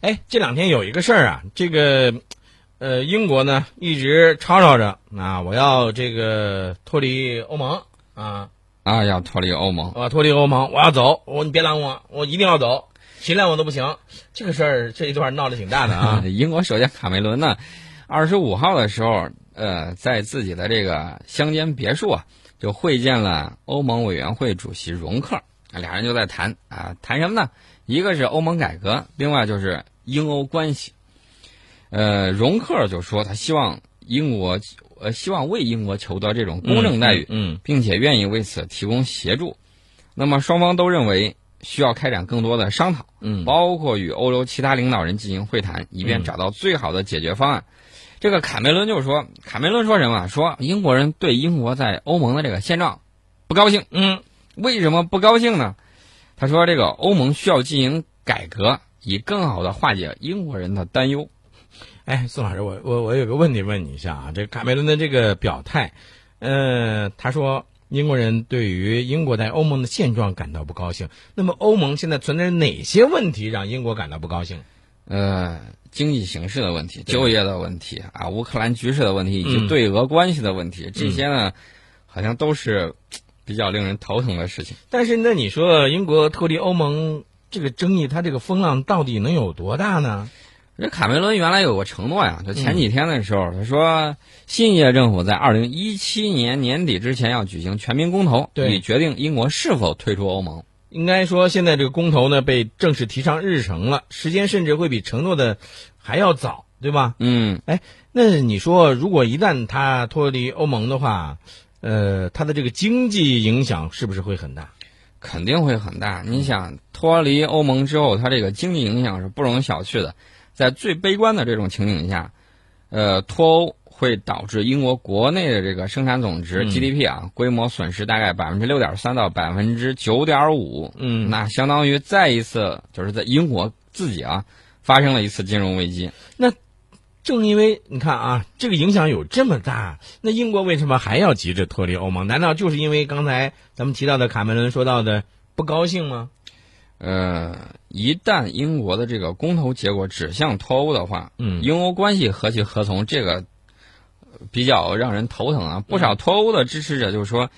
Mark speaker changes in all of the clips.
Speaker 1: 哎，这两天有一个事儿啊，这个，呃，英国呢一直吵吵着啊，我要这个脱离欧盟啊，
Speaker 2: 啊，要脱离欧盟。，
Speaker 1: 我要脱离欧盟，我要走，我你别拦我，我一定要走，谁拦我都不行。这个事儿这一段闹得挺大的啊
Speaker 2: 英国首相卡梅伦呢，二十五号的时候，呃，在自己的这个乡间别墅啊，就会见了欧盟委员会主席容克，俩人就在谈啊，谈什么呢？一个是欧盟改革，另外就是英欧关系。呃，容克就说他希望英国，呃，希望为英国求得这种 公正待遇，
Speaker 1: 嗯，
Speaker 2: 并且愿意为此提供协助。那么双方都认为需要开展更多的商讨。
Speaker 1: 嗯嗯，
Speaker 2: 包括与欧洲其他领导人进行会谈，以便找到最好的解决方案。这个卡梅伦就说，卡梅伦说什么啊？说英国人对英国在欧盟的这个现状不高兴。
Speaker 1: 嗯，
Speaker 2: 为什么不高兴呢？他说，这个欧盟需要进行改革，以更好的化解英国人的担忧。
Speaker 1: 哎，宋老师，我我我有个问题问你一下啊，这卡梅伦的这个表态，呃，他说英国人对于英国在欧盟的现状感到不高兴，那么欧盟现在存在哪些问题让英国感到不高兴？
Speaker 2: 呃，经济形势的问题、
Speaker 1: 对
Speaker 2: 就业的问题啊，乌克兰局势的问题，以
Speaker 1: 嗯
Speaker 2: 及对俄关系的问题，这些呢，好像都是嘖比较令人头疼的事情。
Speaker 1: 但是那你说英国脱离欧盟这个争议，它这个风浪到底能有多大呢？
Speaker 2: 这卡梅伦原来有个承诺呀，就
Speaker 1: 嗯
Speaker 2: 前几天的时候，他说新一届政府在二零一七年年底之前要举行全民公投，
Speaker 1: 对
Speaker 2: 以决定英国是否退出欧盟。
Speaker 1: 应该说，现在这个公投呢被正式提上日程了，时间甚至会比承诺的还要早，对吧？
Speaker 2: 嗯，
Speaker 1: 那你说，如果一旦它脱离欧盟的话，呃，它的这个经济影响是不是会很大？
Speaker 2: 肯定会很大。你想脱离欧盟之后，它这个经济影响是不容小觑的。在最悲观的这种情景下，呃，脱欧会导致英国国内的这个生产总值、
Speaker 1: 嗯
Speaker 2: GDP 啊规模损失大概百分之六点三到百分之九点五。
Speaker 1: 嗯，
Speaker 2: 那相当于再一次就是在英国自己啊发生了一次金融危机。
Speaker 1: 正因为你看啊，这个影响有这么大，那英国为什么还要急着脱离欧盟？难道就是因为刚才咱们提到的卡梅伦说到的不高兴吗？
Speaker 2: 呃，一旦英国的这个公投结果指向脱欧的话，
Speaker 1: 嗯
Speaker 2: 英欧关系何去何从？这个呃比较让人头疼
Speaker 1: 嗯
Speaker 2: 啊！不少脱欧的支持者就说，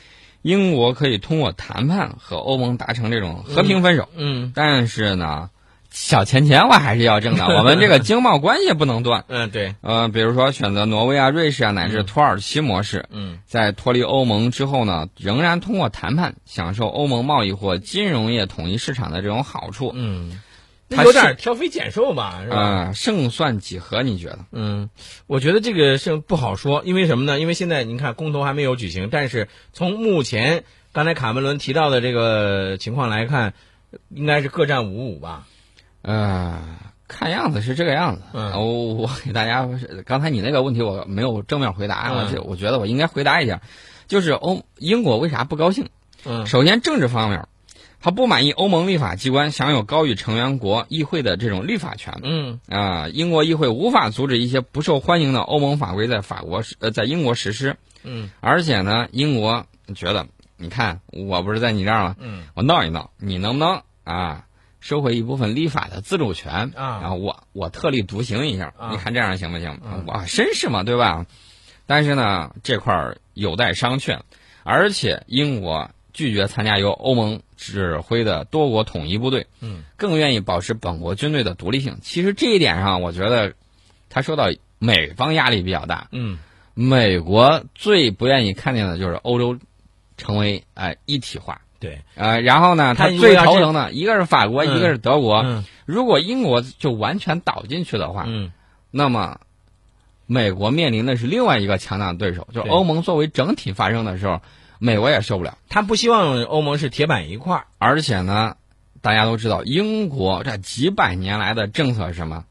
Speaker 2: 英国可以通过谈判和欧盟达成这种和平分手，
Speaker 1: 嗯
Speaker 2: 但是呢，小钱钱我还是 要挣的，我们这个经贸关系不能断。
Speaker 1: 嗯、对，
Speaker 2: 呃，比如说选择挪威啊、瑞士啊，乃至土耳其模式，
Speaker 1: 嗯。
Speaker 2: 在脱离欧盟之后呢，仍然通过谈判享受欧盟贸易或金融业统一市场的这种好处。
Speaker 1: 嗯，
Speaker 2: 它
Speaker 1: 那有
Speaker 2: 是
Speaker 1: 点儿挑肥拣瘦吧，是吧？
Speaker 2: 呃，胜算几何？你觉得？
Speaker 1: 嗯，我觉得这个是不好说，因为什么呢？因为现在您看公投还没有举行，但是从目前刚才卡梅伦提到的这个情况来看，应该是各占五五吧。
Speaker 2: 呃，看样子是这个样子。
Speaker 1: 嗯
Speaker 2: 呃我我给大家，刚才你那个问题我没有正面回答，啊
Speaker 1: 嗯
Speaker 2: 我这我觉得我应该回答一下，就是欧英国为啥不高兴？
Speaker 1: 嗯
Speaker 2: 首先政治方面，他不满意欧盟立法机关享有高于成员国议会的这种立法权。
Speaker 1: 嗯
Speaker 2: 啊、英国议会无法阻止一些不受欢迎的欧盟法规在法国实呃在英国实施，
Speaker 1: 嗯
Speaker 2: 而且呢，英国觉得你看我不是在你这儿吗？
Speaker 1: 嗯
Speaker 2: 我闹一闹，你能不能啊收回一部分立法的自主权
Speaker 1: 啊
Speaker 2: 然后我我特立独行一下，
Speaker 1: 啊
Speaker 2: 你看这样行不行？
Speaker 1: 嗯
Speaker 2: 我绅士嘛，对吧？但是呢，这块儿有待商榷，而且英国拒绝参加由欧盟指挥的多国统一部队，
Speaker 1: 嗯，
Speaker 2: 更愿意保持本国军队的独立性。其实这一点上，我觉得他说到美方压力比较大，
Speaker 1: 嗯
Speaker 2: 美国最不愿意看见的就是欧洲成为哎、一体化。
Speaker 1: 对，
Speaker 2: 呃，然后呢，
Speaker 1: 他
Speaker 2: 他
Speaker 1: 如果
Speaker 2: 最
Speaker 1: 要
Speaker 2: 头
Speaker 1: 是
Speaker 2: 疼的一个是法国，
Speaker 1: 嗯
Speaker 2: 一个是德国。
Speaker 1: 嗯
Speaker 2: 如果英国就完全倒进去的话，
Speaker 1: 嗯
Speaker 2: 那么美国面临的是另外一个强大的对手，就是
Speaker 1: 对
Speaker 2: 欧盟作为整体发生的时候，美国也受不了。
Speaker 1: 他不希望欧盟是铁板一块儿。
Speaker 2: 而且呢，大家都知道，英国这几百年来的政策是什么？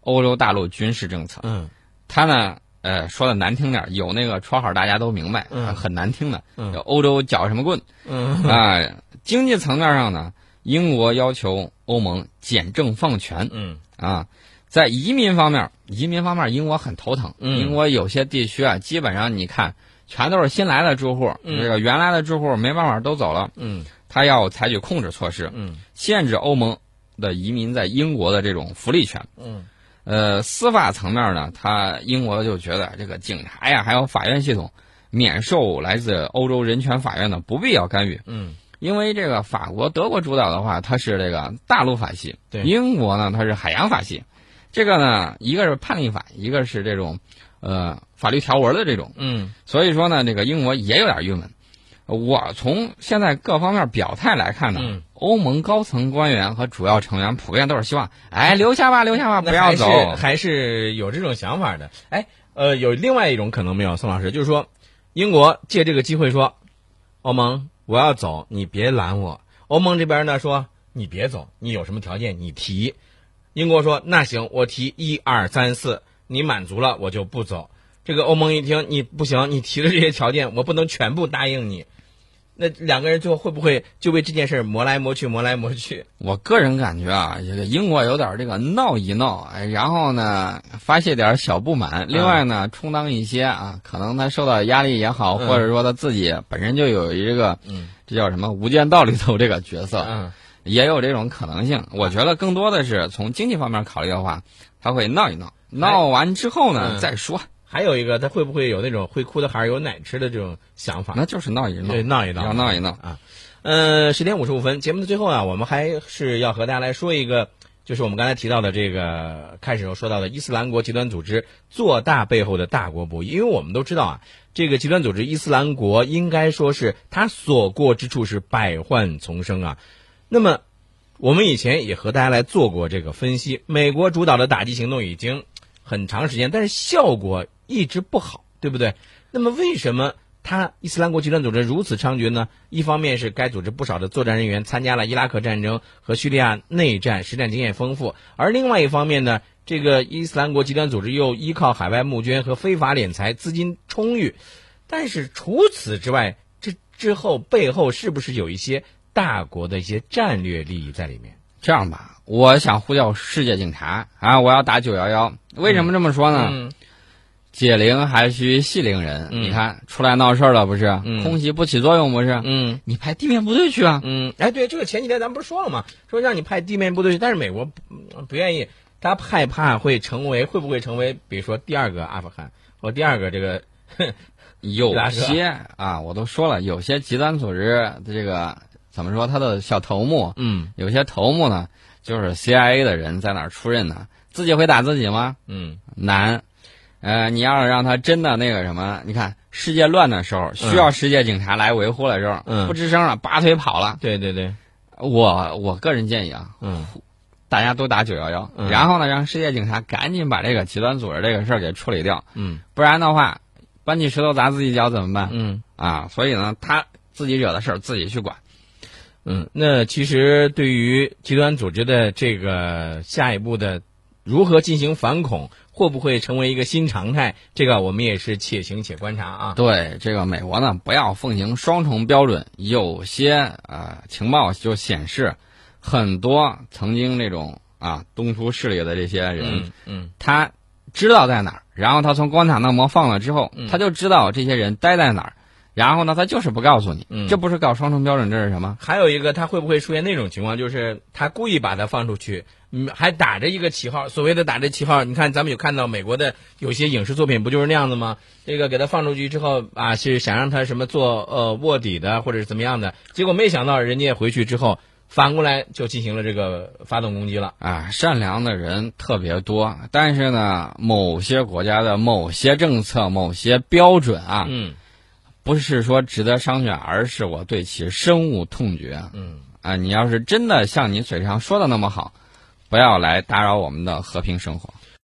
Speaker 2: 欧洲大陆军事政策。
Speaker 1: 嗯
Speaker 2: 它呢，呃，说的难听点儿，有那个绰号大家都明白，
Speaker 1: 嗯
Speaker 2: 很难听的，
Speaker 1: 嗯
Speaker 2: 叫欧洲搅什么棍。
Speaker 1: 嗯
Speaker 2: 啊、经济层面上呢，英国要求欧盟简政放权
Speaker 1: 嗯
Speaker 2: 啊。在移民方面，移民方面英国很头疼。
Speaker 1: 嗯
Speaker 2: 英国有些地区啊，基本上你看全都是新来的住户，
Speaker 1: 嗯
Speaker 2: 这个原来的住户没办法都走了，
Speaker 1: 嗯
Speaker 2: 他要采取控制措施，
Speaker 1: 嗯
Speaker 2: 限制欧盟的移民在英国的这种福利权。
Speaker 1: 嗯，
Speaker 2: 呃，司法层面呢，他英国就觉得这个警察呀，还有法院系统，免受来自欧洲人权法院的不必要干预。
Speaker 1: 嗯，
Speaker 2: 因为这个法国、德国主导的话，它是这个大陆法系；
Speaker 1: 对嗯
Speaker 2: 英国呢，它是海洋法系。这个呢，一个是判例法，一个是这种呃法律条文的这种。
Speaker 1: 嗯
Speaker 2: 所以说呢，这个英国也有点郁闷。我从现在各方面表态来看呢，
Speaker 1: 嗯
Speaker 2: 欧盟高层官员和主要成员普遍都是希望，哎，留下吧，留下吧，
Speaker 1: 那
Speaker 2: 不要
Speaker 1: 还是
Speaker 2: 走。
Speaker 1: 还是有这种想法的。哎，呃，有另外一种可能没有，宋老师，就是说，英国借这个机会说，欧盟我要走，你别拦我。欧盟这边呢说，你别走，你有什么条件你提。英国说那行，我提一二三四，你满足了我就不走。这个欧盟一听你不行，你提的这些条件我不能全部答应你。那两个人最后会不会就为这件事儿磨来磨去，磨来磨去？
Speaker 2: 我个人感觉啊，这个英国有点这个闹一闹，哎然后呢发泄点小不
Speaker 1: 嗯
Speaker 2: 满，另外呢充当一些啊，可能他受到压力也好，
Speaker 1: 嗯
Speaker 2: 或者说他自己本身就有一个，
Speaker 1: 嗯
Speaker 2: 这叫什么《无间道》里头这个角色，
Speaker 1: 嗯
Speaker 2: 也有这种可能性。我觉得更多的是从经济方面考虑的话，他会闹一闹，闹完之后呢、
Speaker 1: 哎嗯
Speaker 2: 再说，
Speaker 1: 还有一个，他会不会有那种会哭的孩儿有奶吃的这种想法？
Speaker 2: 那就是闹一闹
Speaker 1: 对，，闹一闹，
Speaker 2: 要闹一闹。
Speaker 1: 啊。呃，十点五十五分，节目的最后啊，我们还是要和大家来说一个，就是我们刚才提到的这个开始时候说到的伊斯兰国极端组织做大背后的大国博弈，因为我们都知道啊，这个极端组织伊斯兰国应该说是它所过之处是百患丛生啊。那么，我们以前也和大家来做过这个分析，美国主导的打击行动已经很长时间，但是效果一直不好，对不对？那么为什么他伊斯兰国极端组织如此猖獗呢？一方面是该组织不少的作战人员参加了伊拉克战争和叙利亚内战，实战经验丰富；而另外一方面呢，这个伊斯兰国极端组织又依靠海外募捐和非法敛财，资金充裕。但是除此之外，这之后背后是不是有一些大国的一些战略利益在里面？
Speaker 2: 这样吧，我想呼叫世界警察啊！我要打九幺幺。为什么这么说呢？
Speaker 1: 嗯
Speaker 2: 解铃还需系铃人。
Speaker 1: 嗯
Speaker 2: 你看，出来闹事儿了不是？
Speaker 1: 嗯
Speaker 2: 空袭不起作用不是？
Speaker 1: 嗯
Speaker 2: 你派地面部队去啊！
Speaker 1: 嗯，哎，对，这个前几天咱们不是说了吗？说让你派地面部队去，但是美国不嗯不愿意，他害怕会成为会不会成为，比如说第二个阿富汗或第二个这个
Speaker 2: 有
Speaker 1: 拉扯
Speaker 2: 些啊，我都说了，有些极端组织这个怎么说，他的小头目，
Speaker 1: 嗯
Speaker 2: 有些头目呢，就是 CIA 的人在哪儿出任呢？自己会打自己吗？
Speaker 1: 嗯
Speaker 2: 难。呃，你要是让他真的那个什么，你看世界乱的时候，需要世界警察来维护的时候，
Speaker 1: 嗯
Speaker 2: 不吱声了，拔腿跑了。
Speaker 1: 对对对
Speaker 2: 我我个人建议啊，
Speaker 1: 嗯
Speaker 2: 大家都打九幺幺，
Speaker 1: 嗯
Speaker 2: 然后呢，让世界警察赶紧把这个极端组织这个事儿给处理掉，
Speaker 1: 嗯
Speaker 2: 不然的话，搬起石头砸自己脚怎么办、
Speaker 1: 嗯
Speaker 2: 啊？所以呢，他自己惹的事儿自己去管。
Speaker 1: 嗯，那其实对于极端组织的这个下一步的如何进行反恐，会不会成为一个新常态？这个我们也是且行且观察啊。
Speaker 2: 对这个美国呢，不要奉行双重标准。有些呃情报就显示，很多曾经那种啊东突势力的这些人，
Speaker 1: 嗯嗯
Speaker 2: 他知道在哪儿，然后他从关塔那摩放了之后，他就知道这些人待在哪儿，然后呢，他就是不告诉你。
Speaker 1: 嗯
Speaker 2: 这不是搞双重标准，这是什么？
Speaker 1: 还有一个，他会不会出现那种情况，就是他故意把他放出去，嗯，还打着一个旗号，所谓的打着旗号，你看咱们有看到美国的有些影视作品不就是那样的吗？这个给他放出去之后啊，是想让他什么做呃卧底的，或者是怎么样的，结果没想到人家回去之后，反过来就进行了这个发动攻击了。
Speaker 2: 啊，善良的人特别多，但是呢，某些国家的某些政策、某些标准啊，
Speaker 1: 嗯
Speaker 2: 不是说值得商榷，而是我对其深恶痛绝。
Speaker 1: 嗯
Speaker 2: 啊，你要是真的像你嘴上说的那么好，不要来打扰我们的和平生活。